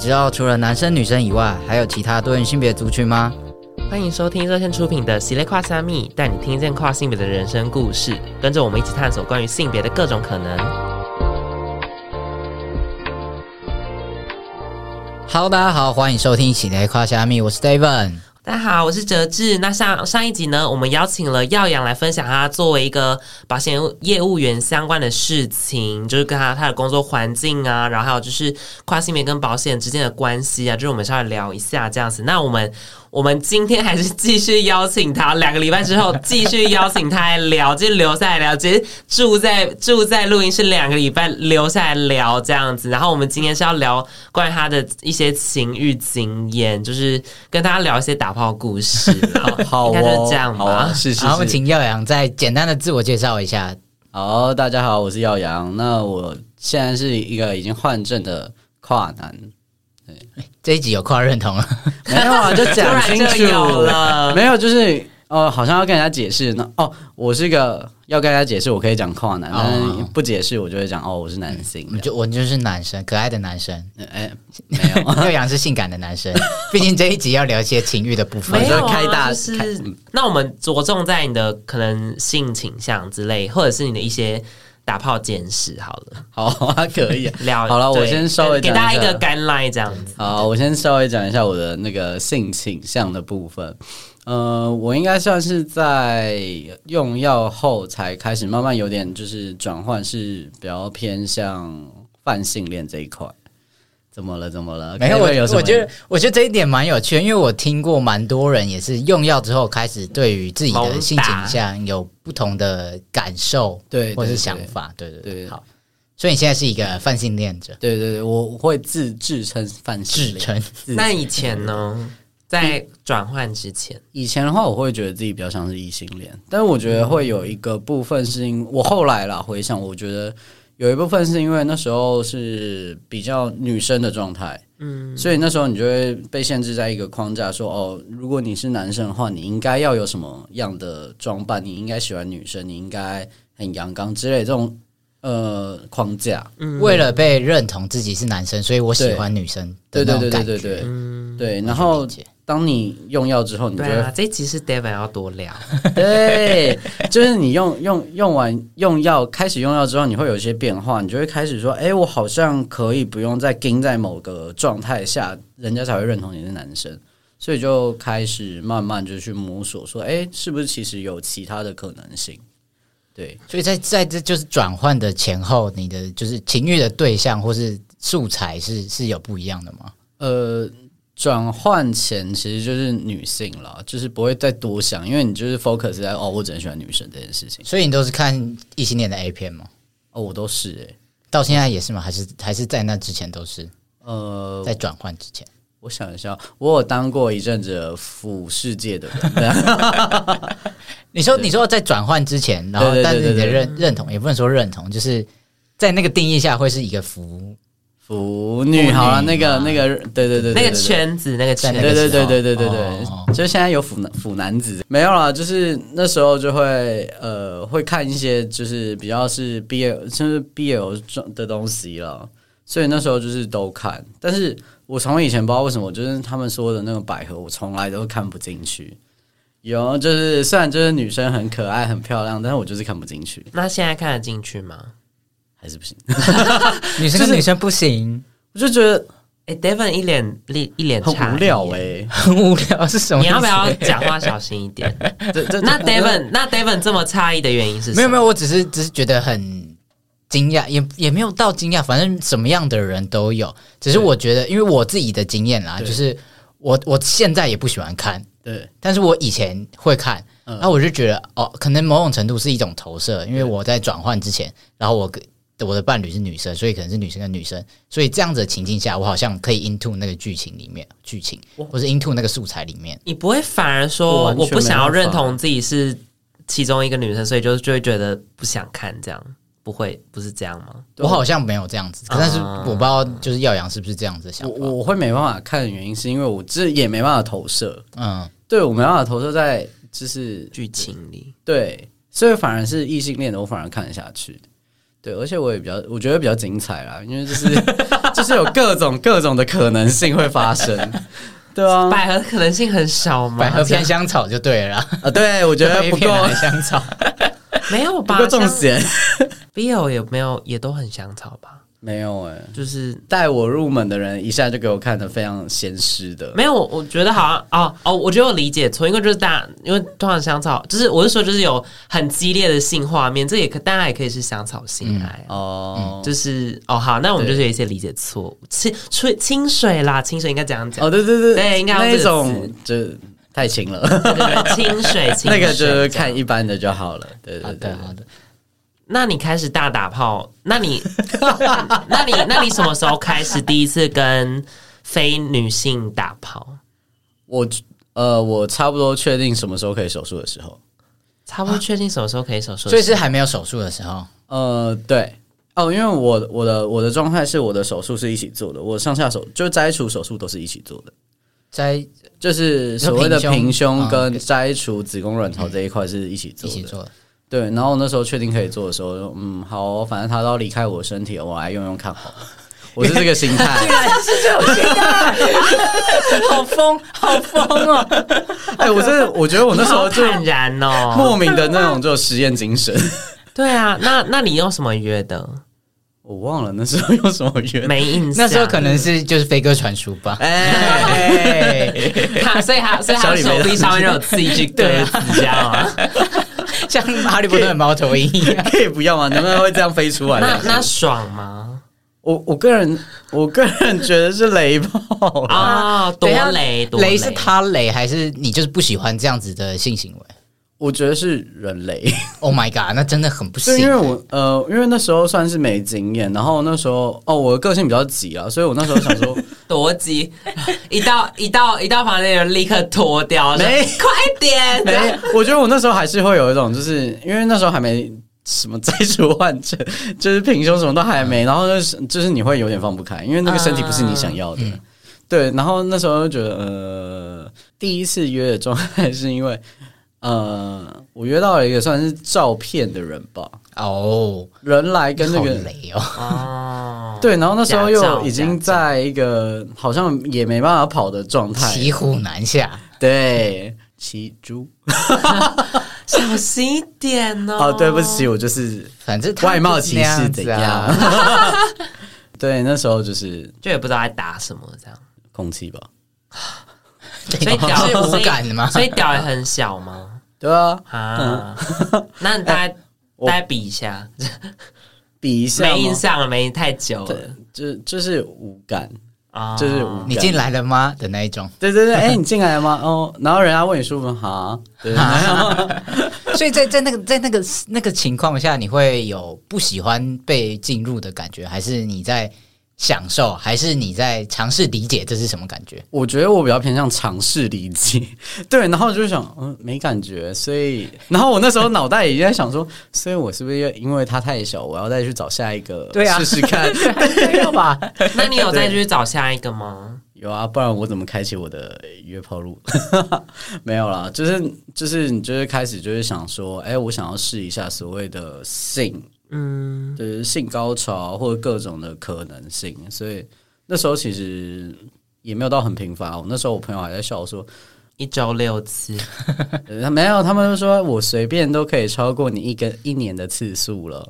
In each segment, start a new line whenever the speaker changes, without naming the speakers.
知道除了男生女生以外，还有其他多元性别族群吗？
欢迎收听热线出品的《喜类跨三密》，带你听见跨性别的人生故事，跟着我们一起探索关于性别的各种可能。
Hello，大家好，欢迎收听《喜来跨虾米》，我是 David。
大家好，我是哲志。那上上一集呢，我们邀请了耀阳来分享他作为一个保险业务员相关的事情，就是跟他他的工作环境啊，然后还有就是跨性别跟保险之间的关系啊，就是我们稍微聊一下这样子。那我们我们今天还是继续邀请他，两个礼拜之后继续邀请他来聊，就留下来聊，直接住在住在录音室两个礼拜留下来聊这样子。然后我们今天是要聊关于他的一些情欲经验，就是跟大家聊一些打炮故事啦。
好
应该就是这样吧。
好啊是是
好，我们
是。
请耀阳再简单的自我介绍一下。
好，大家好，我是耀阳。那我现在是一个已经换证的跨男，
这一集有跨认同 了，
没有啊，就
突
讲
然
清
就有
楚。
了，
没有，就是呃，好像要跟人家解释呢。哦，我是个要跟人家解释，我可以讲跨
哦
男，但是不解释，我就会讲哦，我是男性
嗯
我。们嗯就我就是男生，可爱的男 生。
哎，没有，
耀阳是性感的男生，毕竟这一集要聊一些情欲的部分
没。有啊
开大
就是那我们着重在你的可能性倾向之类，或者是你的一些打炮见识好了。
好啊，可以啊。
聊
好了
对
我先稍微
给
讲
大家一
一
个
下
guideline 这样子。
好，我先稍微讲一下我的那个性倾向的部分。呃，我应该算是在用药后才开始慢慢有点就是转换，是比较偏向泛性恋这一块。怎么了？怎么了？
没有，我
Kevin 有什么
我觉得我觉得这一点蛮有趣的，因为我听过蛮多人也是用药之后开始对于自己
猛
的
打
性倾向有不同的感受，
对
或是
对
想法，对对
对对
好，所以你现在是一个泛性恋者，
对对对，我会自自称泛性
至
恋。
称
是
那以前呢，在转换之前，
以前的话，我会觉得自己比较像是异性恋，但是我觉得会有一个部分是因我后来啦回想，我觉得有一部分是因为那时候是比较女生的状态，嗯，所以那时候你就会被限制在一个框架说哦，如果你是男生的话，你应该要有什么样的装扮，你应该喜欢女生，你应该很阳刚之类的这种呃框架，
为了被认同自己是男生，所以我喜欢女生的
对
那种
对对
感
对
觉。
对对
嗯，
对，
我
然
去
后
理解
当你用药之后，你就
对
会
啊，这一集是 Devin 要多聊，
对，就是你用用用完用药，开始用药之后，你会有一些变化，你就会开始说，哎、我好像可以不用再盯在某个状态下，人家才会认同你是男生，所以就开始慢慢就去摸索，说，哎、是不是其实有其他的可能性？对，
所以在在这就是转换的前后，你的就是情欲的对象或是素材是是有不一样的吗？
呃，转换前其实就是女性了，就是不会再多想，因为你就是 focus 在哦，我只能喜欢女生这件事情。
所以你都是看异性恋的 A 片吗？
哦，我都是哎、
到现在也是吗？还是还是在那之前都是
呃，
在转换之前？
我想一下，我有当过一阵子的俯视界的人，对啊
你说你说在转换之前，然后
对对对
但是你的
对对
认认同也不能说认同，就是在那个定义下会是一个服
腐女好了，那个那个，对对对，对
那个，圈子，那个圈
在那
对
个
子，
对对
时候
对对对对
哦
对，就现在有腐男腐男子没有啦，就是那时候就会呃会看一些就是比较是 BL 就是 BL 状的东西了，所以那时候就是都看，但是我从以前不知道为什么，就是他们说的那个百合，我从来都看不进去。有，就是虽然就是女生很可爱很漂亮，但是我就是看不进去，
那现在看得进去吗？
还是不行。
女生
就
跟
是
女生不行，
我就觉得
哎，Devin 一脸一一脸诧
很
异
无聊哎、
很无聊是什么意
你
思？
要不要讲话小心一 点？
这这
那 Devin 那 Devin 这么诧异的原因是什么？
没有没有，我只是只是觉得很惊讶，也也没有到惊讶，反正什么样的人都有。只是我觉得，因为我自己的经验啦，
对
就是我我现在也不喜欢看，
对
但是我以前会看，
嗯
然后我就觉得哦，可能某种程度是一种投射，因为我在转换之前，然后我跟我的伴侣是女生，所以可能是女生跟女生，所以这样子的情境下，我好像可以 into 那个剧情里面，剧情或是 into 那个素材里面。
你不会反而说
我完全
我不想要
没办
认
法
同自己是其中一个女生，所以就就会觉得不想看这样，不会不是这样吗？
我好像没有这样子，可但是
啊
我不知道，就是耀阳是不是这样子的想
我
法？
我会没办法看的原因是因为我这也没办法投射，
嗯，
对我没办法投射在就是
剧情里，
对，所以反而是异性 恋的我反而看得下去，对，而且我也比较我觉得比较精彩啦，因为就是就就是有各种各种的可能性会发生， 对啊，
百合可能性很少嘛，
百合
这样
偏香草就对了啦，
啊，对我觉得不够啊
偏蓝香草，
没有
不
吧？
够中
像
咸，
BL 有没有也都很香草吧？
没有哎、
就是
带我入门的人一下就给我看的非常咸湿的，
没有，我我觉得好像哦哦，我觉得我理解错，因为就是大，因为通常香草就是我是说就是有很激烈的性画面，这也可当然也可以是香草性爱啊。
哦，
就是哦，好，那我们
对
就是有一些理解错误，清清清水啦，清水应该这样讲，
哦，对对对，
对应该要
那
这个
种就太 轻了，
对对对 清水，清
那个
水
就是
这样
看一般的就好了，对
啊好
对对
的，好的。
那你开始大打炮，那你， 那你，那你什么时候开始第一次跟非女性打炮？
我呃，我差不多确定什么时候可以手术的时候，
差不多确定什么时候可以手术？
所以是还没有手术的时候，
呃，对。哦，因为我我的我的状态是我的手术是一起做的，我上下手就摘除手术都是一起做的，
在
就是所谓的
你说平
平
胸
胸
嗯
跟摘除子宫卵巢这一块是一起做
一起。
的
做的，
对，然后那时候确定可以做的时候，就嗯，好哦、反正他都要离开我的身体了，我来用用看好了。我是这个心态，
好疯，好疯哦！
哎，我真的，我觉得我那时候就
你好坦然哦。
莫名的那种就有实验精神，
对啊，那那你用什么约的？
我忘了那时候用什么约的，
没印象。
那时候可能是就是飞哥传书吧。
哎，
他，所以他，所以他的
小李没
手臂
印
上面就有刺一句鸽子，这样啊吗？
像哈利波特的猫头鹰一 样，
可以不要吗？能不能会这样飞出来？
那那爽吗？
我我个人，我个人觉得是雷炮啦
啊，多
等一下
雷，多
雷是他雷还是你就是不喜欢这样子的性行为
我觉得是人雷，
？Oh my god，那真的很不
对，
行
因为。我呃，因为那时候算是没经验，然后那时候哦，我的个性比较急啊，所以我那时候想说，
多急， 一到一到一到房间就立刻脱掉，
没
说 快点，
没，我觉得我那时候还是会有一种，就是因为那时候还没什么摘除患者，就是平胸什么都还
嗯
没，然后就是就是你会有点放不开，因为那个身体不是你想要的。
嗯
对，然后那时候就觉得，呃，第一次约的状态是因为，呃，我约到了一个算是照片的人吧，
哦，
人来跟那
好啊
个
雷哦，
哦，
对，然后那时候
假照
又已
假
经
照
在一个好像也没办法跑的状态
骑，虎难下。
对，骑猪。
小心一点哦。
哦，对不起，我就是
反正他
外貌
就是
歧
那
视
样
怎
子啊？
样？对，那时候就是
就也不知道在打什么 这
哦
样，
空气吧。
所以屌
是
所
无
以
感的吗？
所以屌也很小吗？
对啊，
啊，那你大概
嗯 我
大概比一下，
比一下
没
嘛
印，象了，没太久
对
了
就就是无感，
啊，
就是无感。
你进来了吗的那一种。
对对对，哎，你进来了吗？哦，然后人家问你舒服吗？好，对，
所以在在那个在那个那个情况下，你会有不喜欢被进入的感觉，还是你在享受，还是你在尝试理解这是什么感觉？
我觉得我比较偏向尝试理解， 对，然后就想，嗯，没感觉，所以，然后我那时候脑袋也在想说，所以我是不是因为它太小，我要再去找下一个，
对啊
试试 看，
啊
没有 吧？
那你有再去找下一个吗？
有啊，不然我怎么开启我的约炮路？ 没有啦，就是就是你就是开始就是想说，哎、我想要试一下所谓的性，
嗯，
就是性高潮或者各种的可能性。所以那时候其实也没有到很频繁哦。那时候我朋友还在笑我说，
一周六次，
呃没有，他们就说我随便都可以超过你一个一年的次数了。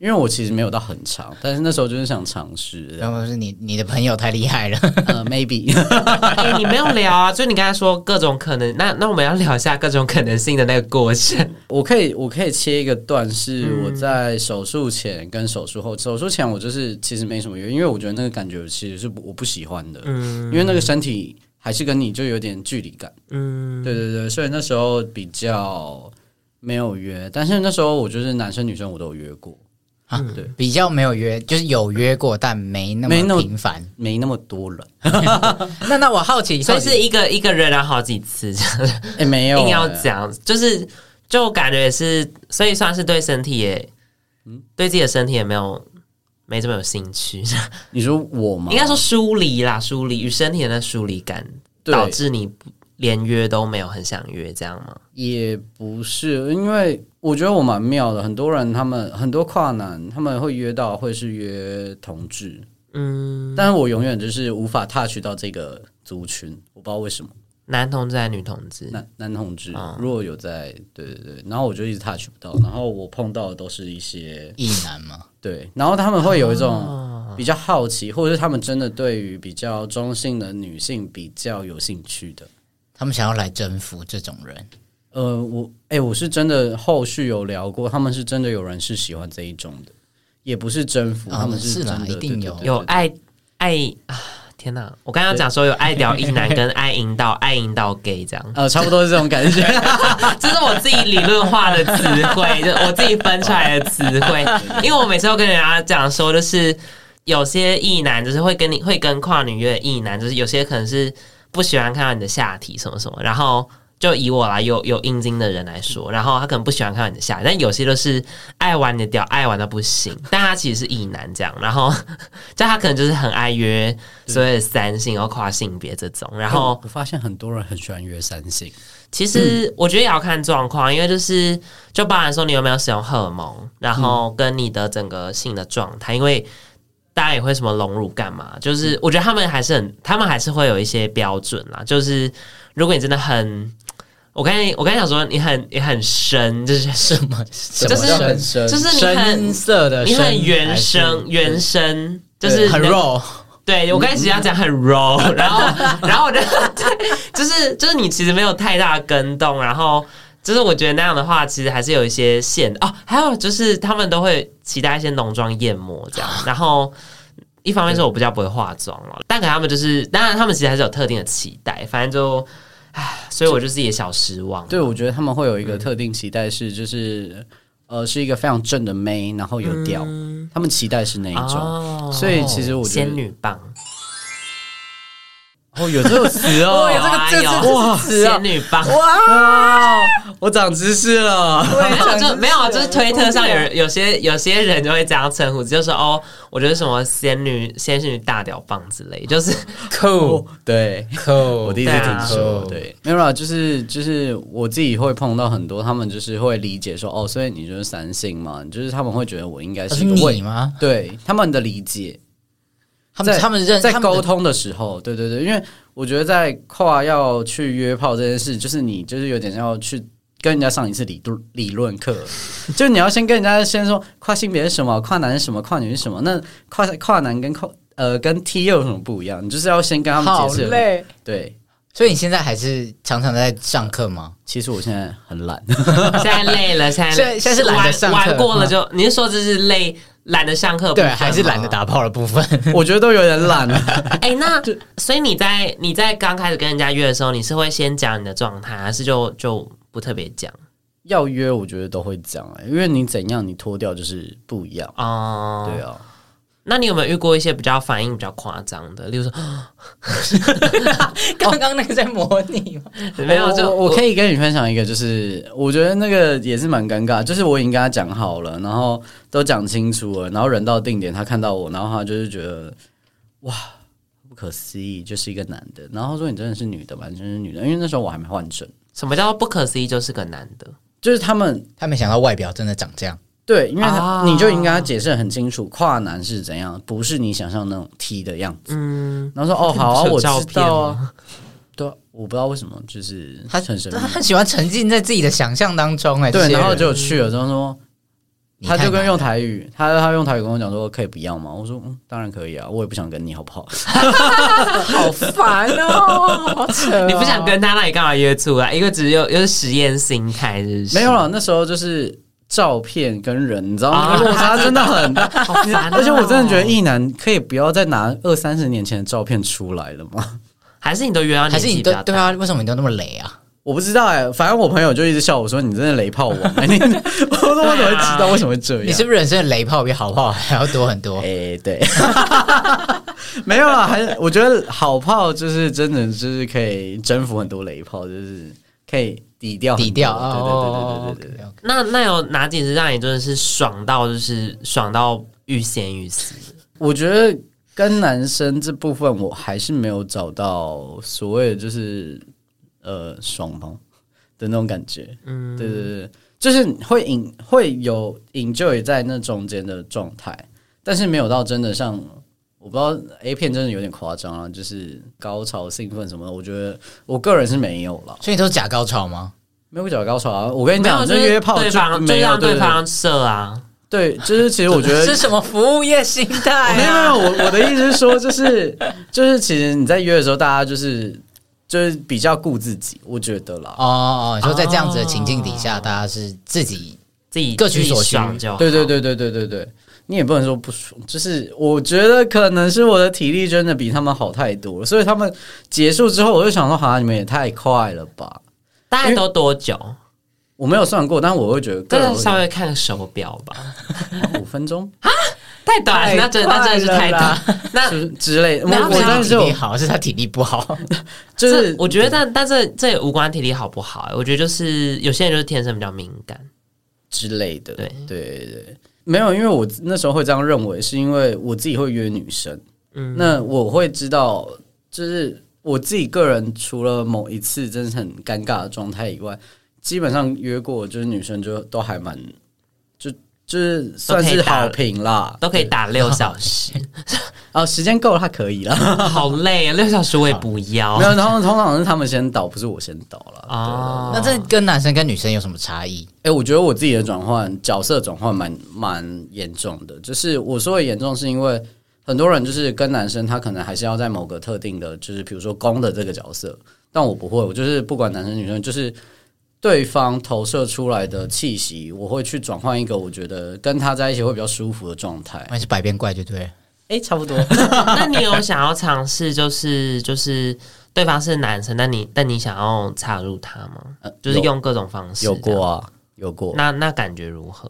因为我其实没有到很长，但是那时候就是想尝试这
然
样，
后是你你的朋友太厉害了，
呃，maybe
哎，你没有聊啊，就你刚才说各种可能，那那我们要聊一下各种可能性的那个过程。
我可以，我可以切一个段，是
嗯
我在手术前跟手术后。手术前我就是其实没什么约，因为我觉得那个感觉其实是不我不喜欢的，
嗯
因为那个身体还是跟你就有点距离感。
嗯，
对对对，所以那时候比较没有约，但是那时候我就是男生女生我都有约过，
比较没有约，就是有约过，但没那
没那
么
么
频繁。
没那么 多人。
那那我好奇，
所以
好奇
是一个一个人聊好几次，这样
哎、没有、
硬要
哎
讲，就是就感觉也是，所以算是对身体也，对自己的身体也没有没这么有兴趣，
你说我吗？
应该说疏离啦，疏离与身体的那疏离感，
对
导致你不连约都没有很想约，这样吗？
也不是，因为我觉得我蛮妙的。很多人他们很多跨男他们会约到会是约同志，
嗯，
但是我永远就是无法 touch 到这个族群，我不知道为什么。
男同志还是女同志？
男男同志
哦
啊
如果有在，对对对，然后我就一直 touch 不到，然后我碰到的都是一些
异男嘛，
对，然后他们会有一种
啊
比较好奇，或者是他们真的对于比较中性的女性比较有兴趣的。
他们想要来征服这种人，
呃，我哎、我是真的后续有聊过，他们是真的有人是喜欢这一种的，也不是征服，
啊
他们
是
真
啦
的
一定有
对对对
有爱爱啊！天哪，我刚刚讲说有爱屌一男跟爱引导爱引导 gay 这样，
呃，差不多是这种感觉。
这是我自己理论化的词汇，就我自己分出来的词汇。因为我每次都跟人家讲说，就是有些异男就是会跟你会跟跨女约的异男，就是有些可能是不喜欢看到你的下体什么什么，然后。就以我来有有阴茎的人来说，然后他可能不喜欢看到你的下体，但有些都是爱玩你的屌，爱玩到不行，但他其实是异男这样，然后 就他可能就是很爱约所谓的三性，然后跨性别这种， 然后
我发现很多人很喜欢约三性，
其
嗯
实我觉得也要看状况，因为就是就包含说你有没有使用荷尔蒙，然
嗯
后跟你的整个性的状态，因为大家也会什么隆乳干嘛，
嗯
就是我觉得他们还是很，他们还是会有一些标准啦。就是如果你真的很，我刚才我刚才想说你很你很深，就是
什么什
就
么
是
叫
很深，
就是你
深
很
色的
你
深还是，
很原生原生，就是
很
能
raw，
对我刚才只要讲很 raw，然后然后我就对，就是就是你其实没有太大的跟动，然后就是我觉得那样的话，其实还是有一些限哦。还有就是他们都会期待一些浓妆艳抹这样，然后。一方面是我比较不会化妆了，但可能他们就是，当然他们其实还是有特定的期待，反正就，唉，所以我就是也小失望。
对，我觉得他们会有一个特定期待是，就是呃，是一个非常正的妹，然后有调，他们期待是那一种。
嗯哦
所以其实我觉得
仙女棒，
哦，有这个词哦，
有这个这
哇
是仙女棒，
哇，我长知识了。
没有就没有，就是推特上有
啊
人有些有些人就会这样称呼，就说哦，我觉得什么仙女仙女大屌棒之类，就是
酷
对，
酷，
我
我
第一次听说。
对啊
对，没有啦，就是就是我自己会碰到很多，他们就是会理解说，哦，所以你就是三性嘛，就是他们会觉得我应该
是
啊
一个
你
问，
吗？
对他们的理解，
他们
在
他们认
在
他们的
沟通的时候，对对对，因为我觉得在跨要去约炮这件事，就是你就是有点要去。跟人家上一次理论理 论课，就是你要先跟人家先说跨性别是什么，跨男是什么，跨女是什么。那跨跨男跟跨呃跟 T 又有什么不一样？你就是要先跟他们
好
解释。
累。
对，
所以你现在还是常常在上课吗？
其实我现在很懒，
现 在累了，现在
现在现在是懒得上课嗯
玩玩过了就，你是说这是累懒得上课，
对，还是懒得？打炮的部分。
我觉得都有点 懒了。
哎、那所以你在你在刚开始跟人家约的时候，你是会先讲你的状态，还是就就不特别讲？
要约，我觉得都会讲、欸，因为你怎样，你脱掉就是不一样。
哦、
对啊，
那你有没有遇过一些比较反应比较夸张的？例如说，
刚刚那个在模拟吗？
没有就
我我我可以跟你分享一个，就是我觉得那个也是蛮尴尬，就是我已经跟他讲好了，然后都讲清楚了，然后人到定点，他看到我，然后他就是觉得哇。不可思议，就是一个男的，然后他说你真的是女的吧？你真的是女的，因为那时候我还没换证，
什么叫做不可思议？就是个男的。
就是他们
他没想到外表真的长这样，
对，因为他、
啊
你就已经跟他解释得很清楚，跨男是怎样，不是你想象 那种 T 的样子。嗯，然后说哦好啊，
这不
我
是有照
知
片
道
吗
啊。对啊，我不知道为什么，就是
他
很神秘
他。很喜欢沉浸在自己的想象当中哎、
对，然后
这些人
就去了，然后说
你
他
太
就跟
难
用
了
台语，他他用台语跟我讲说可以不要吗？我说嗯，当然可以啊，我也不想跟你好不好？
好烦哦，好扯哦、
你不想跟他，那你干嘛约出来？一个只有又是实验心态，是不是？
没有了，那时候就是照片跟人，你知道吗？
啊
落差真的很大。
好烦哦、
而且我真的觉得一男可以不要再拿二三十年前的照片出来了吗？
还是你都约到
还
年
是
纪
你
比
对
较
对
大，
啊？为什么你都那么雷啊？
我不知道哎、反正我朋友就一直笑我说你真的雷炮王、欸，你 我说我怎么会知道为什么会这样？
你是不是人生的雷炮比好炮还要多很多
哎、？对，没有啦，还是我觉得好炮就是真的就是可以征服很多雷炮，就是可以抵掉很多
底调
对对对对对对
哦
对对
，OK，OK，OK
那那有哪几次让你真的是爽到就是爽到欲仙欲死？
我觉得跟男生这部分我还是没有找到所谓的就是呃爽吗的那种感觉。嗯，对对对，就是会引会有 enjoy 在那中间的状态，但是没有到真的像我不知道 A 片真的有点夸张啊，就是高潮、兴奋什么的，我觉得我个人是没有啦，
所以你都是假高潮吗？
没有找高潮啊。我跟你讲，
就
这约炮
对方就
没有
让
对
对
不
方射啊，
对，就是其实我觉得
是什么服务业心态
哦
哎
没有
啊？
没有，我我的意思是说，就是 就是，其实你在约的时候，大家就是就是比较顾自己，我觉得啦。
哦哦，你说在这样子的情境底下，
哦
大家是自己
自己
各取所需
自己爽就好
对对，对对对对对，你也不能说不爽，就是我觉得可能是我的体力真的比他们好太多了，所以他们结束之后，我就想说，好、像你们也太快了吧。
大概都多久？
我没有算过，但我会觉得个人
再
会
稍
觉
微看手表吧，
得五 分钟
太短，那真的那真的是太短。那
是 之类的。我
没有
我
没有
但
体
是
力
我
好，是他体力不好。
就
这
是
我觉得但，但这这也无关体力好不好、欸我觉得就是有些人就是天生比较敏感，
之类的。
对
对对，没有，因为我那时候会这样认为，是因为我自己会约女生，
嗯
那我会知道，就是我自己个人除了某一次真是很尴尬的状态以外，基本上约过就是女生就都还蛮就。就是算
都可
是
以打
好评啦，
都可以打六小时，
哦，时间够了，他可以啦。
好累啊，六小时我也不要
没。有，然后通常是他们先倒，不是我先倒了。
哦，
那这跟男生跟女生有什么差异？
哎、我觉得我自己的转换角色转换蛮蛮严重的，就是我说的严重是因为很多人就是跟男生他可能还是要在某个特定的，就是比如说公的这个角色，但我不会，我就是不管男生女生，就是对方投射出来的气息，我会去转换一个我觉得跟他在一起会比较舒服的状态。
还是百变怪就对了。
哎、差不多，
那你有想要尝试，就是就是对方是男生，但你但你想要插入他吗？就是用各种方式
有
这
过
样。
啊，有过。
那那感觉如何？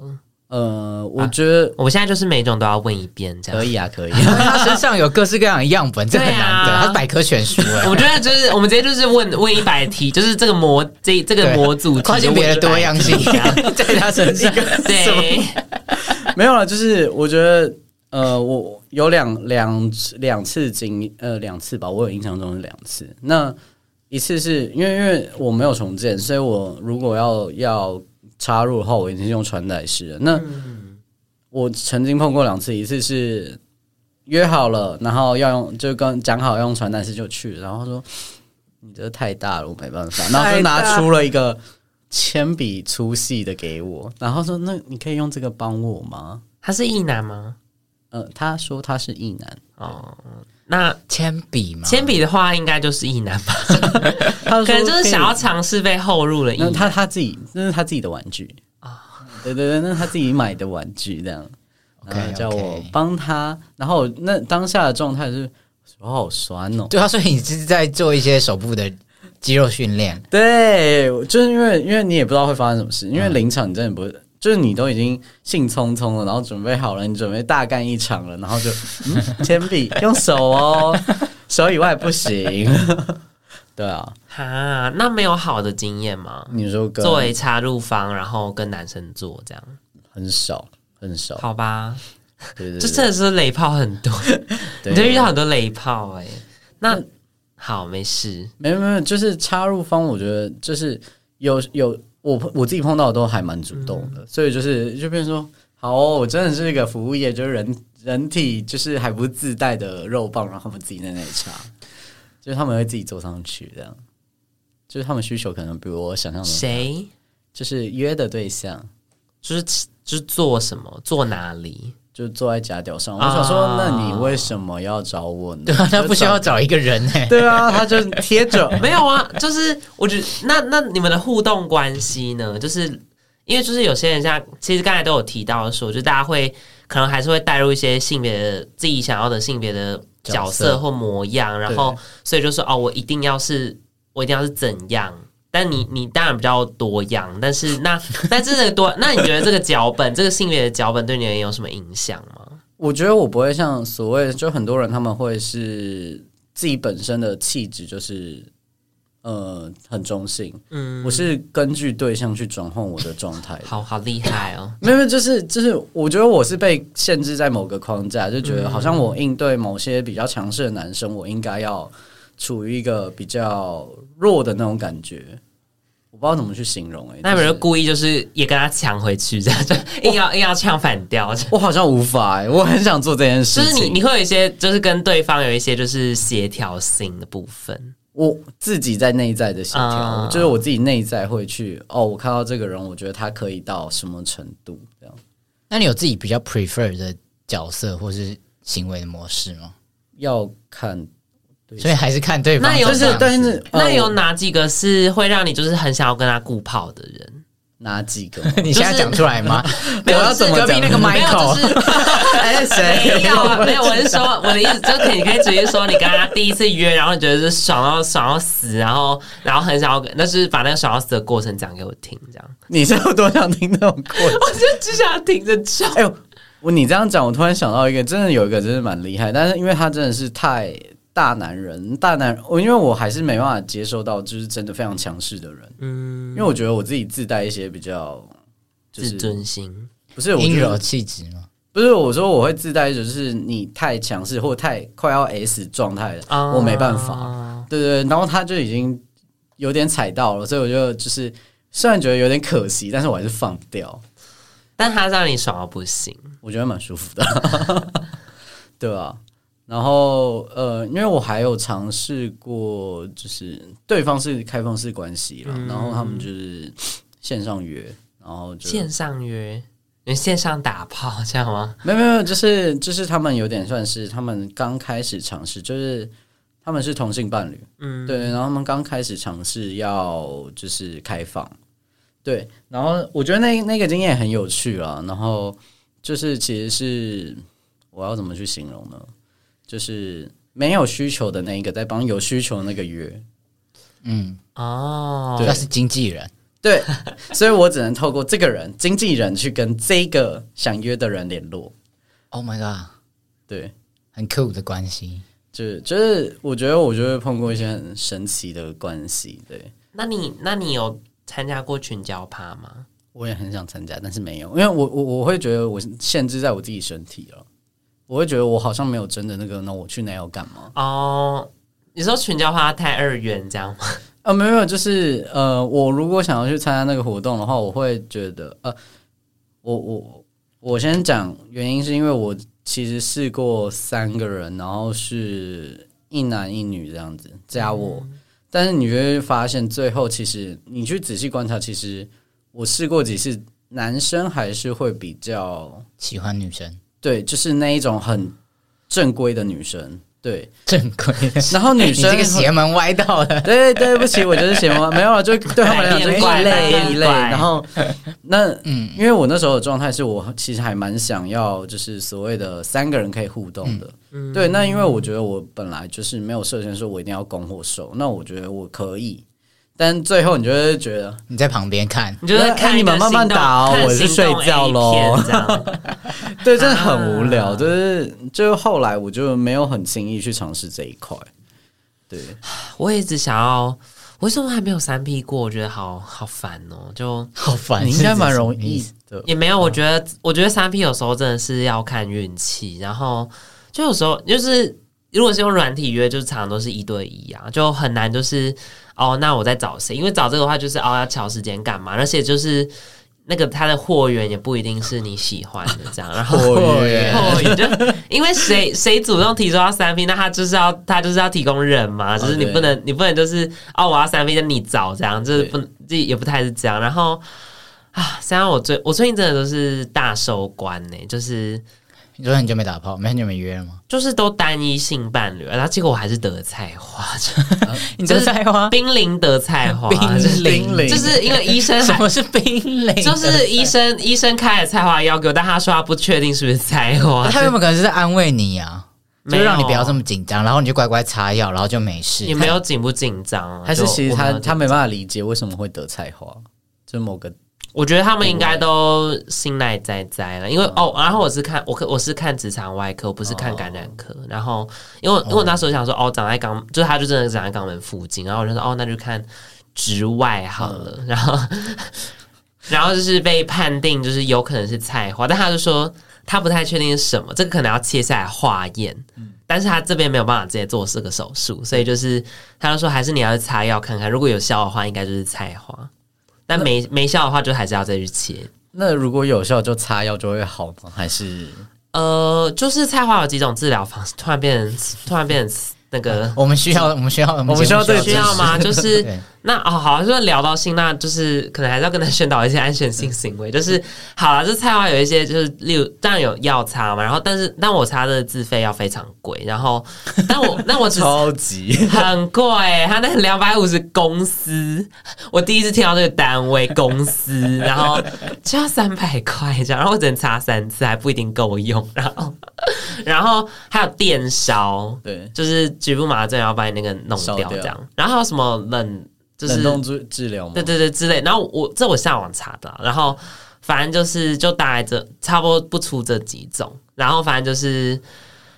呃，我觉得
我现在就是每一种都要问一遍，这样
可。以啊，可以。
因 为他身上有各式各样的样本，这很难
对
得，
啊
他是百科全书 哎。
我觉得就是我们直接就是问问一百题，就是这个模这这个
对
模组
夸新
就问
别的
100
多样性
题这样
在他身上，
对，
没有了，就是我觉得，呃，我有两两两次经，呃，两次吧，我有印象中是两次。那一次是因为因为我没有重建，所以我如果要要插入的话，我一定是用穿戴式的。那我曾经碰过两次，一次是约好了，然后要用就跟讲好要用传单式就去，然后说你这太大了，我没办法，然后就拿出了一个铅笔粗细的给我，然后说那你可以用这个帮我吗？
他是异男吗？
呃，他说他是异男，
哦，那
铅笔嘛，
铅笔的话应该就是异男吧，
他说
可能就是
以
想要尝试被后入了异
那
男。
他他自己那是他自己的玩具啊，对对对，那是他自己买的玩具这样，然后
OK，OK
叫我帮他，然后那当下的状态是手好酸哦，
对啊，所以你是在做一些手部的肌肉训练，
对，我就是因为因为你也不知道会发生什么事，因为临场你真的不是，就是你都已经兴冲冲了，然后准备好了，你准备大干一场了，然后就嗯铅笔用手 哦，手以外不行。 对啊，
哈，那没有好的经验吗？
你说跟
作为插入方，然后跟男生做这样，
很少很少，
好吧？
对对
这
对，
真的是雷炮很多，
对
你就遇到很多雷炮哎、那好，没事。
没有没有，就是插入方，我觉得就是有有我我自己碰到的都还蛮主动的，所以就是就变成说，好哦、我真的是一个服务业，就是人人体就是还不是自带的肉棒，然后他们自己在那里插，就是他们会自己坐上去这样，就是他们需求可能比我想象的，
谁
就是约的对象
就是就是做什么，做哪里？
就坐在假屌上，我
啊
想说，那你为什么要找我呢？
对啊，他不需要
就
找一个人哎
找，，对啊，他就贴 着，
没有啊，就是我觉得那那你们的互动关系呢，就是因为就是有些人像其实刚才都有提到说，就大家会可能还是会带入一些性别的自己想要的性别的角
角
色
色
或模样，然后所以就说哦，我一定要是我一定要是怎样。但你你当然比较多样，但是那 但是这个多，那你觉得这个脚本，这个性别的脚本对你们有什么影响吗？
我觉得我不会像所谓，就很多人他们会是自己本身的气质就是，呃，很中性。
嗯，
我是根据对象去转换我的状态的。
好好厉害哦，
没有，没有就是就是，我觉得我是被限制在某个框架，就觉得好像
嗯
我应对某些比较强势的男生，我应该要处于一个比较弱的那种感觉。我不知道怎么去形容哎、欸。
那有
就
人
是
就故意就是也跟他抢回去，这样就硬要硬要唱反调，这样
我好像无法哎、我很想做这件事
就
情。
是你你会有一些就是跟对方有一些就是协调性的部分，
我自己在内在的协调，
啊
就是我自己内在会去哦，我看到这个人，我觉得他可以到什么程度这样。
那你有自己比较 prefer 的角色或是行为的模式吗？
要看，
所以还是看对方
那有
怎么
就是
样
但
子
是
那有
呃
哪几个是会让你就是很想要跟他顾泡的人？
哪几 个？
你现在讲出来吗？
没有
我要
就是
怎么
隔壁
讲
那个
没有就
Michael
是
哎，谁
没有啊，没有，我是说我的意思，就是你可以直接说你跟他第一次约，然后你觉得是爽到爽到死，然后然后很想要跟，但是把那个爽到死的过程讲给我听，这样
你是有多想听那种过 程？
我就只想听着唱。
哎呦，我你这样讲，我突然想到一个，真的有一个真的蛮厉害，但是因为他真的是太大男人，大男人，我因为我还是没办法接受到，就是真的非常强势的人，
嗯
因，为我觉得我自己自带一些比较，就
自
是
尊心，
不是我
阴
觉
柔
得
气质吗？
不是我说我会自带，就是你太强势或太快要 S 状态了，
啊
我没办法，。对对，对然后他就已经有点踩到了，所以我就就是虽然觉得有点可惜，但是我还是放掉。
但他让你爽到不行，
我觉得蛮舒服的， 对啊。然后呃，因为我还有尝试过，就是对方是开放式关系啦，然后他们就是线上约，然后就
线上约，你线上打炮这样吗？
没有没有没有，就是就是他们有点算是他们刚开始尝试，就是他们是同性伴侣，
嗯，
对，然后他们刚开始尝试要就是开放，对，然后我觉得那那个经验很有趣啊，然后就是其实是我要怎么去形容呢？就是没有需求的那一个在帮有需求的那个约，
嗯，
哦，
他是经纪人，
对，所以我只能透过这个人经纪人去跟这个想约的人联络，
Oh my god，
对。
很酷的关系。
就是就是，我觉得我就会碰过一些很神奇的关系，对
那你那你有参加过群交趴吗？
我也很想参加，但是没有，因为我我我会觉得我限制在我自己身体了，我会觉得我好像没有真的那个，那我去那要干嘛？
哦，你说群交趴太二元这样吗？
啊，没有，没有就是呃，我如果想要去参加那个活动的话，我会觉得呃，我我我先讲原因，是因为我其实试过三个人，然后是一男一女这样子加我，但是你就会发现最后其实你去仔细观察，其实我试过几次，男生还是会比较
喜欢女生，
对，就是那一种很正规的女生， 对，
正规 的。
然后女
你
生
这个邪门歪道了，
对，对不起，我就是写文没有了，就对他们来讲就是
百变怪
一类一类。
百变怪
然后那
嗯
嗯，因为我那时候的状态是我其实还蛮想要，就是所谓的三个人可以互动的。
嗯
对，那因为我觉得我本来就是没有设限，说我一定要攻或受，那我觉得我可以。但最后你就会觉得，
你在旁边看，
你就是看
哎那你们
一个
慢
行
慢
动
打哦
看
我是
行动
睡觉
A
咯
片这样
对，真的很无聊。
啊
就是，就后来我就没有很轻易去尝试这一块。对，
我也一直想要，我为什么还没有三 P 过？我觉得好好烦哦，就
好烦。
你应该蛮
是
容
什么意
易
思
的。
也没有，我觉得，我觉得三 P 有时候真的是要看运气，然后就有时候就是。如果是用软体约，就是常常都是一对一啊，就很难就是哦，那我在找谁？因为找这个的话，就是哦要调时间干嘛？而且就是那个他的货源也不一定是你喜欢的这样，然后
货
源
货哦源就因为谁谁主动提出要三 P，那他就是要他就是要提供人嘛，
哦
就是你
对
不能你不能就是哦我要三 P，那你找这样，就是
对
不这也不太是这样，然后。啊，想想我最我最近真的都是大收官呢、就是
你说很久没打炮，没很久没约了吗？
就是都单一性伴侣，然后结果我还是德菜花， 就
你
真的
在吗？
濒临德菜花，就是
冰
凌
就是因为医生
什
还。
么是冰凌？
就是医生，医生开了菜花药给我，但他说他不确定是不是菜花，
他有没有可能是在安慰你啊？就
没有
让你不要这么紧张，然后你就乖乖擦药，然后就没事。
也没有紧不紧张啊，
还是
就
其实
我
他
没有
他没办法理解为什么会得菜花，就某个
我觉得他们应该都心奈在在了，因为哦，然后我是看我看我是看直肠外科，不是看感染科。然后因为我因为我那时候想说，哦，长在肛，就是他就真的长在肛门附近，然后我就说，哦，那就看直外好了。然后 然后就是被判定就是有可能是菜花，但他就说他不太确定是什么，这个可能要切下来化验。但是他这边没有办法直接做这个手术，所以就是他就说还是你要去擦药看看，如果有效的话，应该就是菜花。但没没效的话，就还是要再去切。
那如果有效就擦药就会好吗？还是
呃，就是菜花有几种治疗方式，突然变成突然变成那个
我们需要，我们需要，我
我们需要
节目
对
嗯需要吗？ 就是
对
那哦，好，就是聊到性，那就是可能还是要跟他宣导一些安全性行为。就是好了，就是菜花有一些，就是例如当然有药擦嘛，然后但是但我擦的自费要非常贵，然后但我但我只
超级？
很贵，他那两百五十公司，我第一次听到这个单位公 司，然后就要三百块这样，然后我只能擦三次，还不一定够用，然后然后还有电烧，
对，
就是局部麻醉，然后把你那个弄
烧
掉
掉
这样，然后还有什么冷就是
冷冻治治疗吗？
对对对之类，然后我这我上网查的啊，然后反正就是就大概这差不多不出这几种，然后反正就是。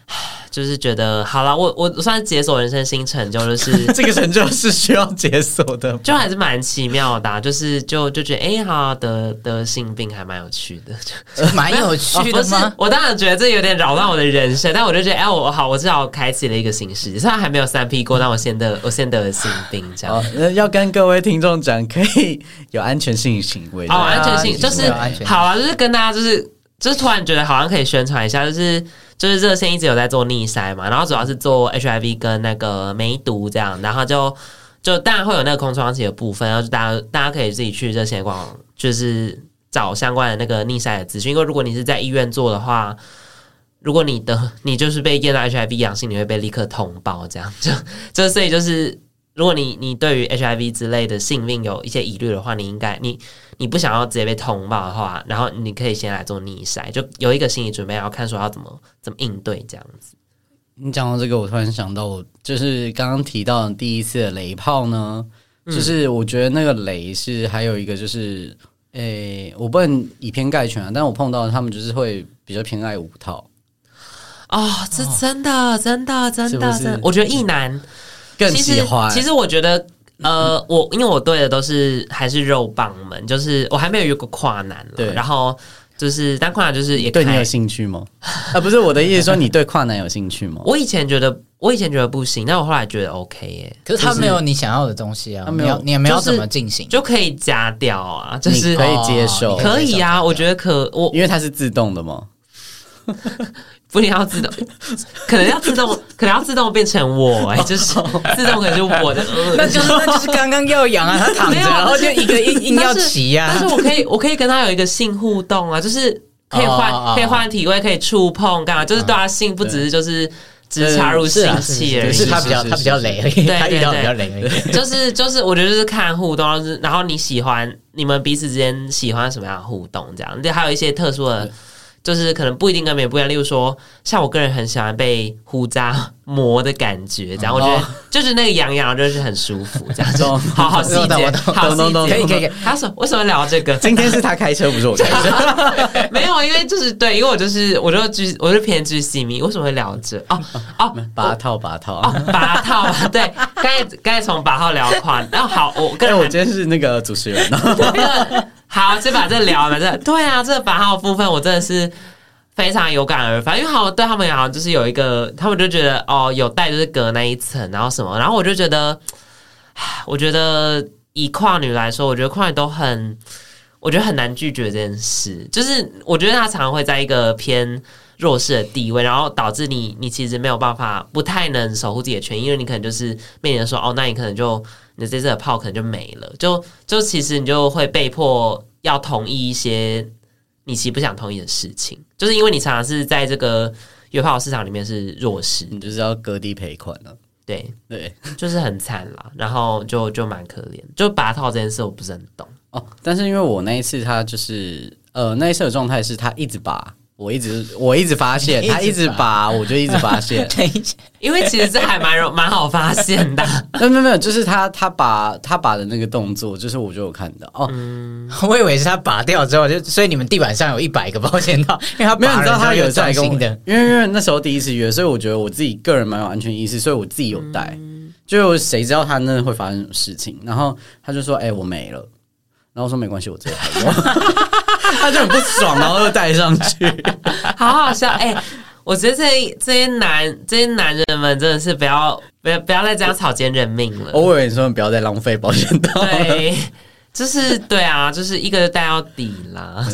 唉就是觉得好了，我我算是解锁人生新成就，就是
这个成就是需要解锁的吗。
就还是蛮奇妙的啊、就是就就觉得哎、好啊得得性病还蛮有趣的，哦
蛮有 趣
不
的
是
吗？？
我当然觉得这有点扰乱我的人生，但我就觉得，哎、我好，我至少开启了一个新世界。虽然还没有三 P 过，但我先得，我先得了性病这样。
好，那要跟各位听众讲，可以有安全性行为的。
好、安全性
啊
就是
有安全性
好啊，就是跟大家就是就是突然觉得好像可以宣传一下，就是就是热线一直有在做逆筛嘛，然后主要是做 HIV 跟那个梅毒这样，然后就就当然会有那个空窗期的部分，然后就大家大家可以自己去热线的官网就是找相关的那个逆筛的资讯，因为如果你是在医院做的话。如果你的你就是被验到 HIV 阳性，你会被立刻通报，这样就就所以就是，如果你你对于 HIV 之类的性命有一些疑虑的话，你应该你你不想要直接被通报的话，然后你可以先来做逆筛，就有一个心理准备，然后看说要怎么怎么应对这样子。
你讲到这个，我突然想到，我就是刚刚提到的第一次的雷炮呢，
嗯
就是我觉得那个雷是还有一个就是，诶、我不能以偏概全啊，但我碰到的他们就是会比较偏爱五套，
哦，这真的真的真
是
的
不是
真的，我觉得一男
更
其
喜
实
欢。
其实我觉得。呃，我因为我对的都是还是肉棒们，就是我还没有遇过跨男了
对
然后就是但跨男就是也
对你
开
有兴趣吗？啊，不是我的意思，说你对跨男有兴趣吗？
我以前觉得，我以前觉得不行，但我后来觉得 OK 耶、
可是他没有你想要的东西啊，
他
没
没
有，
有
你也没有
就是
怎么进行，哦
就可以加掉啊，就
你
是
可以接受
可以啊，我觉
得
得可我
因为它是自动的嘛。
不仅要自动，可能要自 动，可能要自动变成我哎、就是 自动可能就我的，呃
那就是那就是刚刚要 养啊，他躺着，
没有
然后就一个硬硬要骑啊呀
但，是我可以，我可以跟他有一个性互动啊，就是可以换
哦哦哦
可以换体位，可以触碰，干嘛？就是对他啊性不只是就是只插入
是
性
啊是
器而
是
已，
是是他
是
比较
是
他比较累而 已，
对
他遇到
对
比较累而已。
就是就是，我觉得就是看互动，然后是然后你喜欢你们彼此之间喜欢什么样的互动，这样。对，还有一些特殊的，就是可能不一定跟别人不一样。例如说，像我个人很喜欢被胡渣 磨的感觉，这样我觉得
哦
就是那个痒痒，就是很舒服，这样。
懂
好好细
懂懂
节，
懂
好
懂
细
懂懂
节，
可以可以可以。
他说为什么聊这个？
今天是他开车，不是我开车。
没有，啊因为就是对，因为我就是我就巨我就偏巨细迷，为什么会聊这？哦哦，
八套八套。
哦，八套嘛，对，刚才刚才从八号聊款，然后好，我跟
但哎我今天是那个主持人哦，
好，先把这聊完。这对啊，这八号部分我真的是非常有感而发，因为好像对他们也好像就是有一个，他们就觉得哦，有带就是隔那一层，然后什么，然后我就觉得，唉我觉得以跨女来说，我觉得跨女都很，我觉得很难拒绝这件事，就是我觉得她常常会在一个偏。弱势的地位，然后导致你，你其实没有办法，不太能守护自己的权益，因为你可能就是面临说，哦，那你可能就你这次的炮可能就没了，就就其实你就会被迫要同意一些你其实不想同意的事情，就是因为你常常是在这个约炮市场里面是弱势，
你就是要割地赔款了。
对，
对
就是很惨啦，然后就就蛮可怜，就拔套这件事我不是很懂，
哦，但是因为我那一次他就是呃那一次的状态是他一直拔，我一直我一直发现
你一直
他一直拔，我就一直
。
发 现
等一下，
因为其实这还蛮容蛮好发现的，
没有没有没有，就是他他拔他拔的那个动作，就是我就有看到哦，
嗯我以为是他拔掉之后，就所以你们地板上有一百个保险套，因为他
没有，你知道他
有
有在跟我
新，的，
因为因为那时候第一次约，所以我觉得我自己个人蛮有安全意识，所以我自己有带，
嗯
就谁知道他那会发生什么事情，然后他就说：“哎、我没了。”然后我说：“没关系，我直接还我。” 他就很不爽，然后就带上 去。
好好笑哎。我觉得这这些男这些男人们真的是不
哦
要不要不要再这样草菅人命了。
偶尔你说你不要再浪费保险套了。
对，就是对啊，就是一个带到底 啦。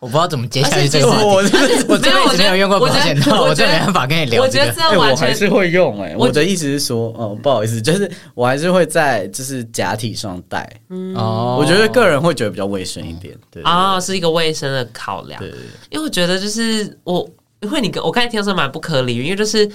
我不知道怎么接下去这个话
而且其
题。
我这
我这辈子没有用过
我
保
觉得
险套，
我觉得
我真的没办法跟你聊
我
这
觉得
个。
这完
哎我
全、
还是会用哎、
我
我的意思是说，哦，不好意思，就是我还是会在就是假体上戴，
哦
我觉得个人会觉得比较卫生一点，对
啊、是一个卫生的考量。
对对对
因为我觉得就是我，因为你跟我刚才听说蛮不可理喻，因为就是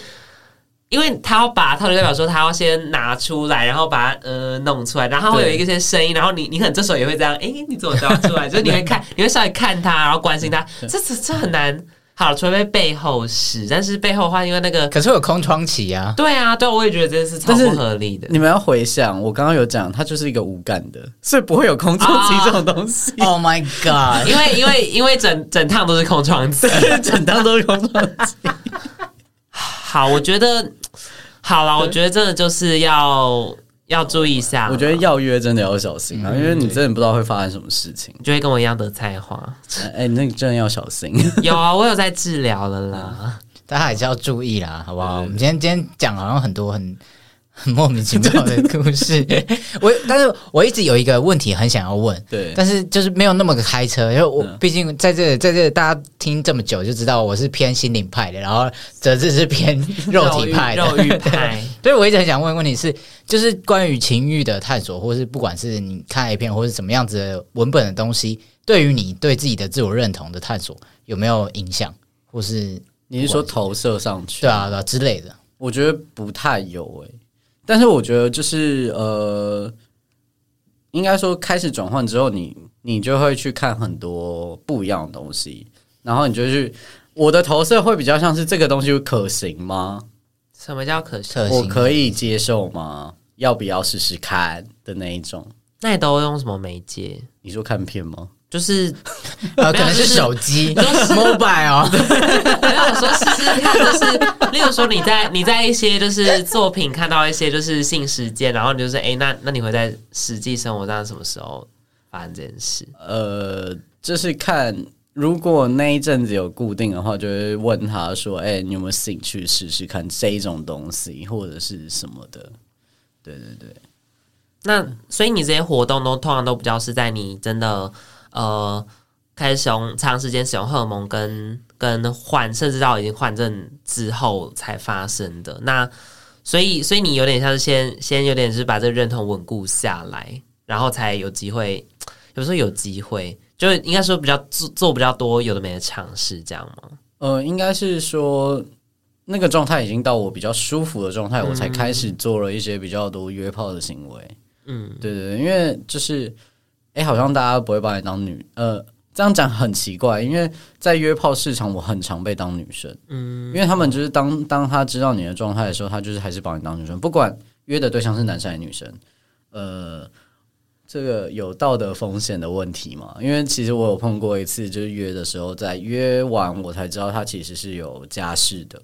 因为他要把套就代表说他要先拿出来，然后把它呃弄出来，然后他会有
对
一些声音，然后你你可能这时候也会这样，诶，你怎么找出来？ 就是你会看，你会稍微看他，然后关心他，这这这很难。好，除非背后是，但是背后的话，因为那个
可是有空窗期 啊，
对啊，对啊，我也觉得这是超
但是
不合理的。
你们要回想，我刚刚有讲，它就是一个无感的，所以不会有空窗期
啊
这种东西。
Oh my god！
因为因为因为整整趟都是空窗期，
整张都是空窗期，
好，我觉得好了，我觉得真的就是要要注意一下。
我觉得要约真的要小心啊，因为你真的不知道会发生什么事情。
你就会跟我一样得菜花。
哎、那你真的要小心。
有啊，我有在治疗了啦。
大家还是要注意啦，好不好？我们今天今天讲好像很多很 很莫名其妙的故事。 我但是我一直有一个问题很想要问，
对，
但是就是没有那么个开车，因为
嗯
我毕竟在这在这大家听这么久就知道我是偏心灵派的，然后哲志是偏 肉体派的
肉欲肉欲派。
对，我一直很想问问题是，就是关于情欲的探索，或是不管是你看 A 片，或是什么样子的文本的东西，对于你对自己的自我认同的探索有没有影响，或是
你是说投射上去？
对啊对啊之类的？
我觉得不太有诶、但是我觉得就是呃，应该说开始转换之后你，你就会去看很多不一样的东西，然后你就去我的投射会比较像是这个东西可行吗？
什么叫可惜？
特
我
性
可以接受吗？要不要试试看的那一种？
那你都用什么媒介？
你说看片吗？
就是
呃，
没
可
有
能是
就是
手机 mobile 哦，
没有说试试看，就是例如说你在你在一些就是作品看到一些就是性实践，然后你就是哎、诶那那你会在实际生活上什么时候发生这件事？
呃，就是看如果那一阵子有固定的话，就会问他说：“哎、你有没有兴趣试试看这一种东西，或者是什么的？”对对对，
那
嗯
所以你这些活动都通常都比较是在你真的呃开始使用长时间使用荷尔蒙跟跟患，甚至到已经患症之后才发生的。那所以所以你有点像是先先有点是把这个认同稳固下来，然后才有机会，有时候有机会。就应该说比较做做比较多有的没的尝试，这样吗？
呃，应该是说那个状态已经到我比较舒服的状态，我才开始做了一些比较多约炮的行为。
嗯，
对对对，因为就是，哎、好像大家不会把你当女，呃，这样讲很奇怪，因为在约炮市场，我很常被当女生，嗯，因为他们就是当当他知道你的状态的时候，他就是还是把你当女生，不管约的对象是男生还是女生，呃，这个有道德风险的问题嘛？因为其实我有碰过一次，就是约的时候，在约完我才知道她其实是有家室的，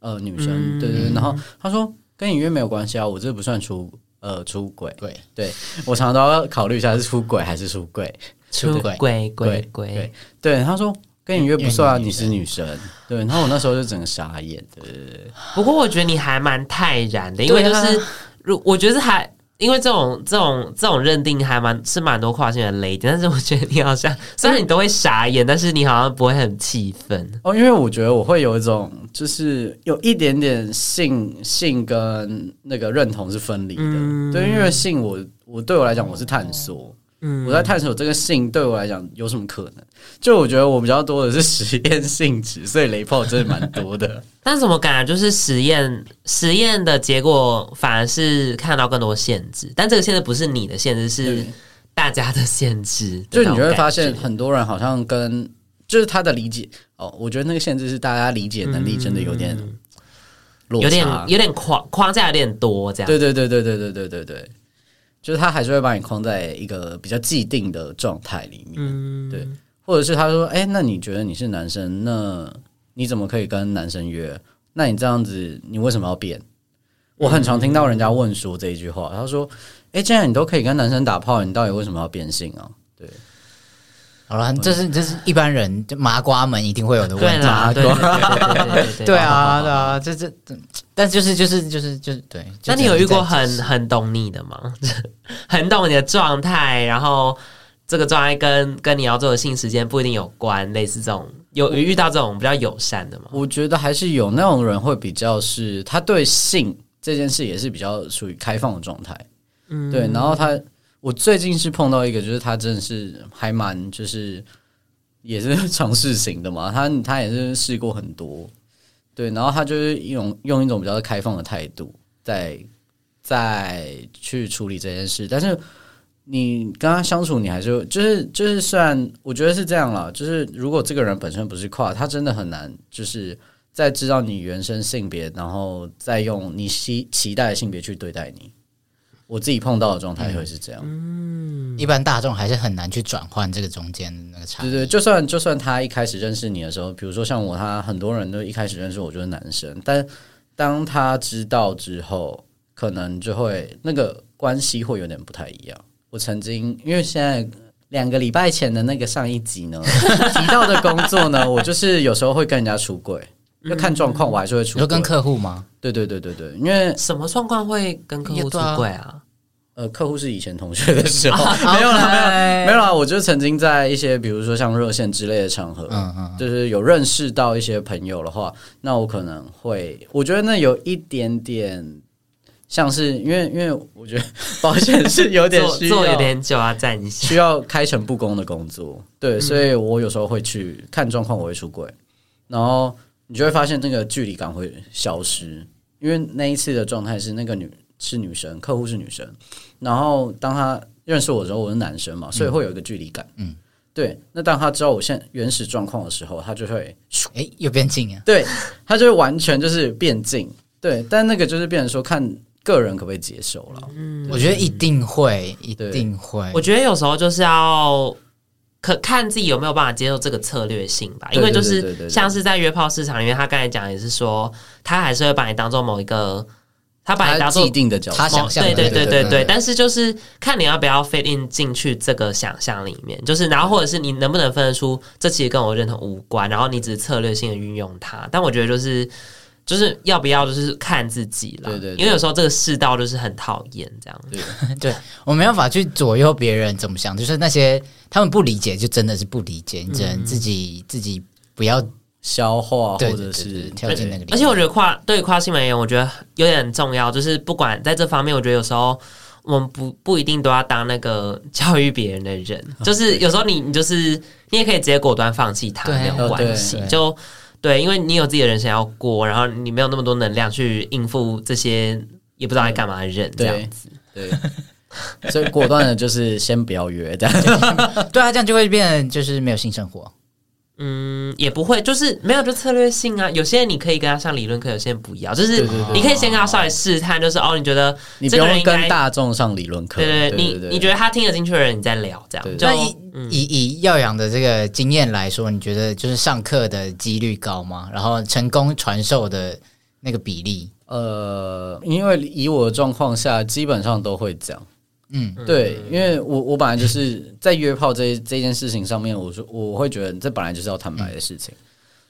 呃，女生，对对对，然后她说跟你约没有关系啊，我这不算出呃出轨。
对，
对我常常都要考虑一下是出轨还是出轨。
出轨
轨轨
对
轨，
对，他说跟你约不算啊，
因为
你
你是
是女生。对，然后我那时候就整个傻眼。对对对
不过我觉得你还蛮泰然的，因为就
对啊
是，如我觉得还因为这种这种这种认定还蛮是蛮多跨性的雷点，但是我觉得你好像虽然你都会傻眼，但是你好像不会很气愤。
哦，因为我觉得我会有一种，就是有一点点性性跟那个认同是分离的。
嗯
对，因为性我我对我来讲我是探
哦
索，嗯
嗯
我在探索这个性对我来讲有什么可能。就我觉得我比较多的是实验性质，所以雷炮真的蛮多的。
但怎么感觉就是实验实验的结果反而是看到更多限制，但这个限制不是你的限制，是
对
大家的限制。
就你
那
就
种
会
感
发现
觉
很多人好像跟就是他的理解哦，我觉得那个限制是大家理解能力真的有点落
嗯
差，
有点有点框框架有点多这样。
对对对对对对对对对，就是他还是会把你框在一个比较既定的状态里面，
嗯
对，或者是他说，哎、那你觉得你是男生，那你怎么可以跟男生约？那你这样子，你为什么要变？我很常听到人家问说这一句话，他说：“哎、既然你都可以跟男生打炮，你到底为什么要变性啊？”
好了，这是这是一般人就麻瓜们一定会有的
对
问题。
啦，对对对对对对
对啊，对啊，这这，这但就是就是就是就是对。
那你有遇过很很懂你的吗？ 很懂你的状态，然后这个状态跟跟你要做的性时间不一定有关，类似这种有有遇到这种比较友善的吗？
我觉得还是有那种人会比较是，他对性这件事也是比较属于开放的状态。嗯，对。然后他，我最近是碰到一个，就是他真的是还蛮就是也是尝试型的嘛，他他也是试过很多，对。然后他就是用用一种比较开放的态度在在去处理这件事，但是。你跟他相处，你还是会就是就是，虽然我觉得是这样啦，就是如果这个人本身不是跨，他真的很难，就是在知道你原生性别，然后再用你期期待的性别去对待你。我自己碰到的状态会是这样，
一般大众还是很难去转换这个中间的那个差
对
异。
对，就算就算他一开始认识你的时候，比如说像我，他很多人都一开始认识我就是男生，但当他知道之后，可能就会那个关系会有点不太一样。我曾经因为现在两个礼拜前的那个上一集 呢提到的工作呢，我就是有时候会跟人家出轨，要看状况，我还是会
你
出
说嗯
轨。
跟客户吗？
对对对对对，因为
什么状况会跟客户出轨啊？
呃，客户是以前同学的时 候，没有啦，没有没有啦。我就曾经在一些比如说像热线之类的场合，
嗯嗯，
就是有认识到一些朋友的话，那我可能会，我觉得那有一点点像是，因为因为我觉得 保险是有点
做
需要
做有点久啊，站一下。
需要开诚布公的工作，对，所以我有时候会去看状况，我会出轨，然后你就会发现那个距离感会消失，因为那一次的状态是那个女是女生，客户是女生，然后当她认识我的时候，我是男生嘛，所以会有一个距离感，嗯，对，那当她知道我现原始状况的时候，她就会。
哎、又变近啊。
对， 他就会完全就是变近。对，但那个就是变成说看个人可不可以接受了。
我觉得一定会，一
对
定会。
我觉得有时候就是要可看自己有没有办法接受这个策略性吧，因为就
对对对对
是
对
像是在约炮市场里面，他刚才讲也是说，他还是会把你当做某一个，他把你
他
当做
既定的角嗯
他
色，
想象的
对对
对
对
对
对
对
对，但是就是看你要不要 fit in 进去这个想象里面，就是然后或者是你能不能分得出这其实跟我认同无关，然后你只是策略性的运用它。但我觉得就是就是要不要就是看自己啦，
对对对
因为有时候这个世道就是很讨厌这样。
对我没办法去左右别人怎么想，就是那些他们不理解，就真的是不理解。你只能自己、自己不要
消化
对
或者
对对
是
对跳进那个里面。
而且我觉得跨对于跨性别而言，我觉得有点很重要，就是不管在这方面，我觉得有时候我们不不一定都要当那个教育别人的 人，就是有时候你你就是你也可以直接果断放弃他，
对
没有
哦
关系
对，
就。对，因为你有自己的人生要过，然后你没有那么多能量去应付这些也不知道在干嘛的人，这样
对对， 对所以果断的就是先不要约 这样。
对啊，这样就会变成就是没有性生活。
嗯，也不会，就是没有就策略性啊。有些人你可以跟他上理论课，有些人不要，就是
对对对
你可以先跟他稍微试探，就是哦，你觉得
你不
这个人
用
应该
跟大众上理论课。
对
对
对，你
对，
你觉得他听得进去的人，你再聊这
对
样。就
那以、
嗯
以以耀阳的这个经验来说，你觉得就是上课的几率高吗？然后成功传授的那个比例，
呃，因为以我的状况下，基本上都会讲。
嗯，
对，因为我我本来就是在约炮这这件事情上面，我说我会觉得这本来就是要坦白的事情，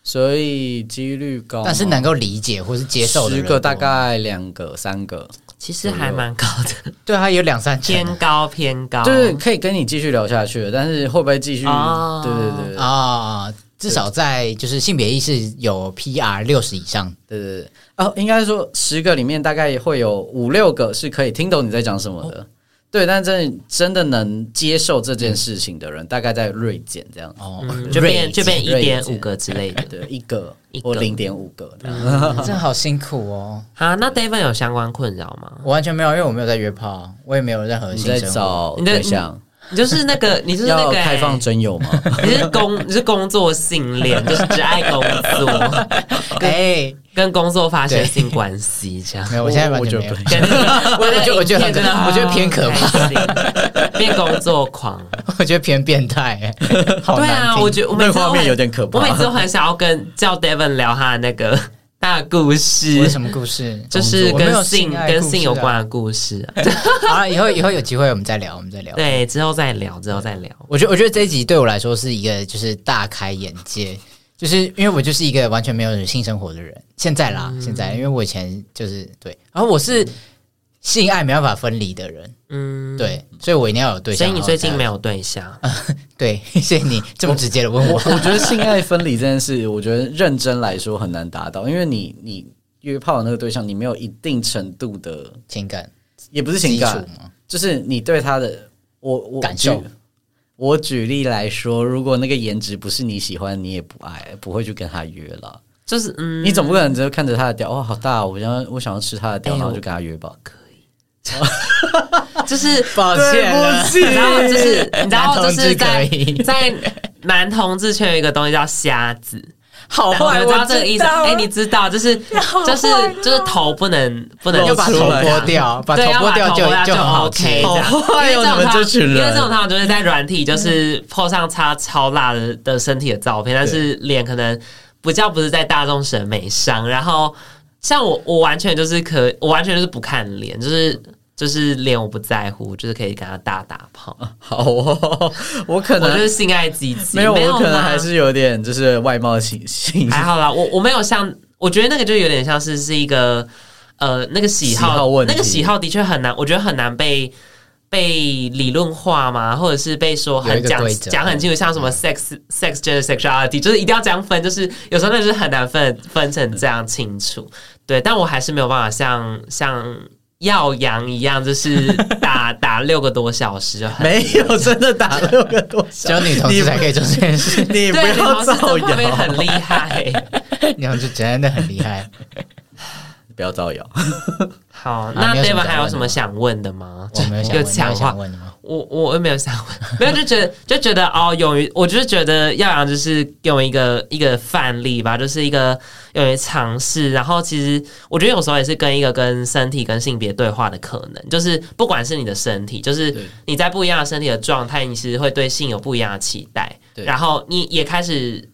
所以几率高吗，
嗯但是能够理解或是接受的
哦十
人
个
多
大
吗
概两个三个，
其实还蛮高 的，
对啊，有两三千
偏高偏
哦
高，
就是可以跟你继续聊下去的，但是会不会继续？
哦
对对对对
啊、至少在就是性别意识有 PR 六十以上，
对对对哦，应该说十个里面大概会有五六个是可以听懂你在讲什么
哦
的，对，但真的真的能接受这件事情的人，大概在锐减这样，
哦，
嗯就变就变一
锐
点
减
五个之类的。
对，一个
一个
或零点五个这样。
真的好辛苦哦。
好，那 David 有相关困扰吗？
我完全没有，因为我没有在约炮啊，我也没有任何
你
性
在
生活。
找
你在
对象，
你就是那个，你就是那
要
个欸欸
开放，真友吗？
你是工，你是工作性恋，就是只爱工作，
哎、
跟工作发生
对
性关系这样。
没有， 我现在完
我
全没
觉
有
得。
跟我
我觉得我觉得很可我觉得偏可
怕，变工作狂。
我觉得偏变 态、欸，好
对
难
啊，
听
我觉得我每
那
次都
画面
很
有点可怕
我每次都很想要跟叫 Devon 聊他的那个大故
我有
事，
什么故事？
就是
我没有
跟性
爱
跟
故事
性有
啊
关。的故事啊。
好了，以后以后有机会我们再聊，我们再聊。
对，之后再聊，之后再聊。
我觉得我觉得这一集对我来说是一个就是大开眼界，就是因为我就是一个完全没有性生活的人。现在啦，现在因为我以前就是对，然后我是性爱没办法分离的人，
嗯，。
对，所以我一定要有对
所
象。
以你最近没
有？
有对象？
对， 谢谢你这么直接的问我。
我觉得性爱分离这件事，我觉得认真来说很难达到，因为你你约炮的那个对象，你没有一定程度的，
情感
也不是情
基
感
础，吗？
就是你对他的我我
感受
举我举例来说，如果那个颜值不是你喜欢，你也不爱，不会去跟他约了。
就是嗯，
你总不可能只是看着他的屌，哇，好大、哦！我想要我想要吃他的屌，
哎呦
然后就跟他约吧。
就是
抱歉啊了，
然后就是你知道，
男
就
同
是
志可
在
以
在男同志圈有一个东西叫瞎子，
好
然后
坏，
你
我
知道这个意思？
道
哎、
了
你知道，就是
好
就是
坏哦
就是头不能不能
要把头
出来
剥掉，把头
对，要
剥掉
头
就
剥
就
就
很好吃。
OK 这样。
坏哦
因为
你们
种
这群
因
人
为这种他们就是在软体
嗯
就是破上他超辣的的身体的照片，但是脸可能不叫不是在大众审美上。然后像我，我完全就是可，我完全就是不看脸，就是就是脸我不在乎，就是可以跟他大打炮。
好哦， 我可
我就
能
是性爱积极，
没有，我可能
啦
还是有点就是外貌形形
还好啦。我我没有像，我觉得那个就有点像是是一个呃那个喜好
喜好问题
那个喜好的确很难，我觉得很难被。被理论化嘛，或者是被说
有一
很
个
讲
规则
讲很清楚，像什
嗯
么 sex、sex gender sexuality，就是一定要这样分，就是有时候那就是很难分分成这样清楚。对，但我还是没有办法像像耀阳一样，就是打 打六个多小时就很
没有真的打六个多
只有
小
女同志才可以做这件事，
时，你不
对，
要造
你好像是真的会
谣，
很厉害。
女同志真的很厉害。
不要造谣。
好，那
你有什么
David 还
想
有
问
什
的
么
吗
想问的吗？
我没有想
有
问，你
强
有
化
想，问的吗？
我我也没有想问，没有就觉得就觉得哦，勇于，我就是觉得耀阳就是给我一个一个范例吧，就是一个勇于尝试。然后其实我觉得有时候也是跟一个跟身体跟性别对话的可能，就是不管是你的身体，就是
对
你在不一样的身体的状态，你其实会对性有不一样的期待，
对
然后你也开始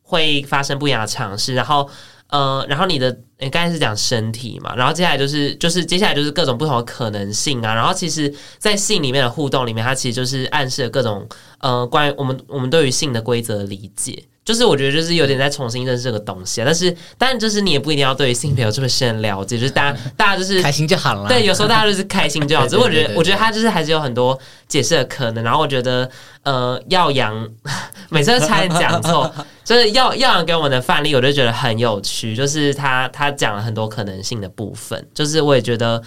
会发生不一样的尝试，然后。呃，然后你的你刚才是讲身体嘛，然后接下来就是就是接下来就是各种不同的可能性啊，然后其实，在性里面的互动里面，它其实就是暗示了各种呃关于我们我们对于性的规则的理解，就是我觉得就是有点在重新认识这个东西啊，但是当然就是你也不一定要对于性别有这么深的了解，就是大家大家就是
开心就好了。
对，有时候大家就是开心就好。
对对
只是我觉
对对
得，
对
我觉得他就是还是有很多解释的可能。然后我觉得，呃，耀阳 每次都差点讲错， 就是耀耀阳给我们的范例，我就觉得很有趣，就是他他讲了很多可能性的部分。就是我也觉得，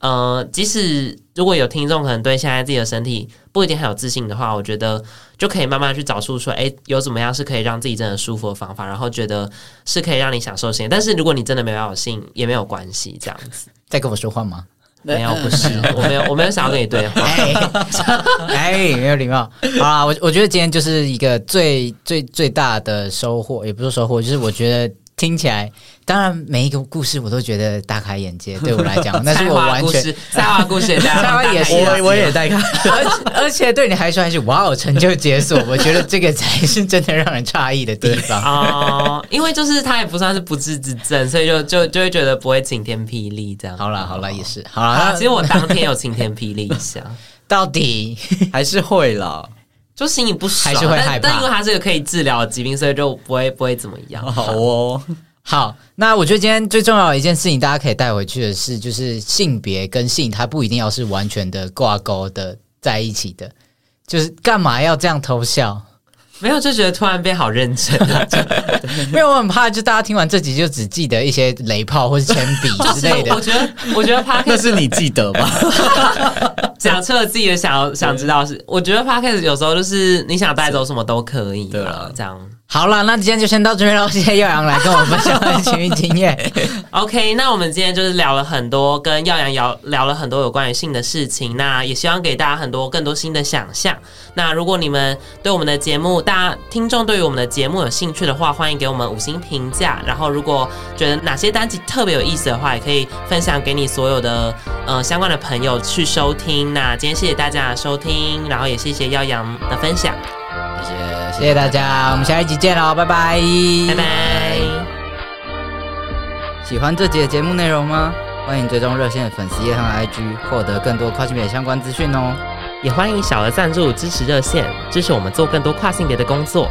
呃，即使如果有听众可能对现在自己的身体不一定很有自信的话，我觉得就可以慢慢去找出说，哎、有怎么样是可以让自己真的舒服的方法，然后觉得是可以让你享受性。但是如果你真的没有要有性，也没有关系，这样子。
在跟我说话吗？
没有，不
嗯
是，我没有，我没有想要跟你对话。
哎哎，没有礼貌。好啦，我我觉得今天就是一个最最最大的收获，也不是收获，就是我觉得听起来，当然每一个故事我都觉得大开眼界，对我来讲， 那是我完全。
三花故事， 三
三花
花故 事
也是啊
大家
我我也带看，
而且而且对你还说还是哇哦，成就解锁，我觉得这个才是真的让人诧异的地方。
哦，因为就是他也不算是不治之症，所以就就就会觉得不会晴天霹雳这样。
好啦好啦，也是好
好啦，
啦
其，实我当天有晴天霹雳一 下，
到底
还是会啦。
就心里不爽，
还是会
但
害怕
但因为它是个可以治疗的疾病，所以就不会不会怎么样。
好哦，
好，那我觉得今天最重要的一件事情，大家可以带回去的是，就是性别跟性它不一定要是完全的挂钩的在一起的，就是干嘛要这样偷笑？
没有就觉得突然变好认真了，就
因为我很怕，就大家听完这集就只记得一些雷炮或是铅笔之类
是我
的。
觉得 我觉得 p
那
a
是你记得吧？
讲出了自己的想要想知道的是，我觉得 podcast 有时候就是你想带走什么都可以啦，
对啊
这样。
好了，那今天就先到这边喽，谢谢耀阳来跟我分享他的情欲经验。
OK，那我们今天就是聊了很多，跟耀阳聊聊了很多有关于性的事情，那也希望给大家很多更多新的想象。那如果你们对我们的节目，大家听众对于我们的节目有兴趣的话，欢迎给我们五星评价。然后如果觉得哪些单集特别有意思的话，也可以分享给你所有的呃相关的朋友去收听。那今天谢谢大家的收听，然后也谢谢耀阳的分享，
谢谢，
谢谢大家，我们下一集见喽，拜拜，
拜拜
喜欢这集的节目内容吗？欢迎追踪热线粉丝页和 IG，获得更多跨性别相关资讯哦。
也欢迎小额赞助支持热线，支持我们做更多跨性别的工作。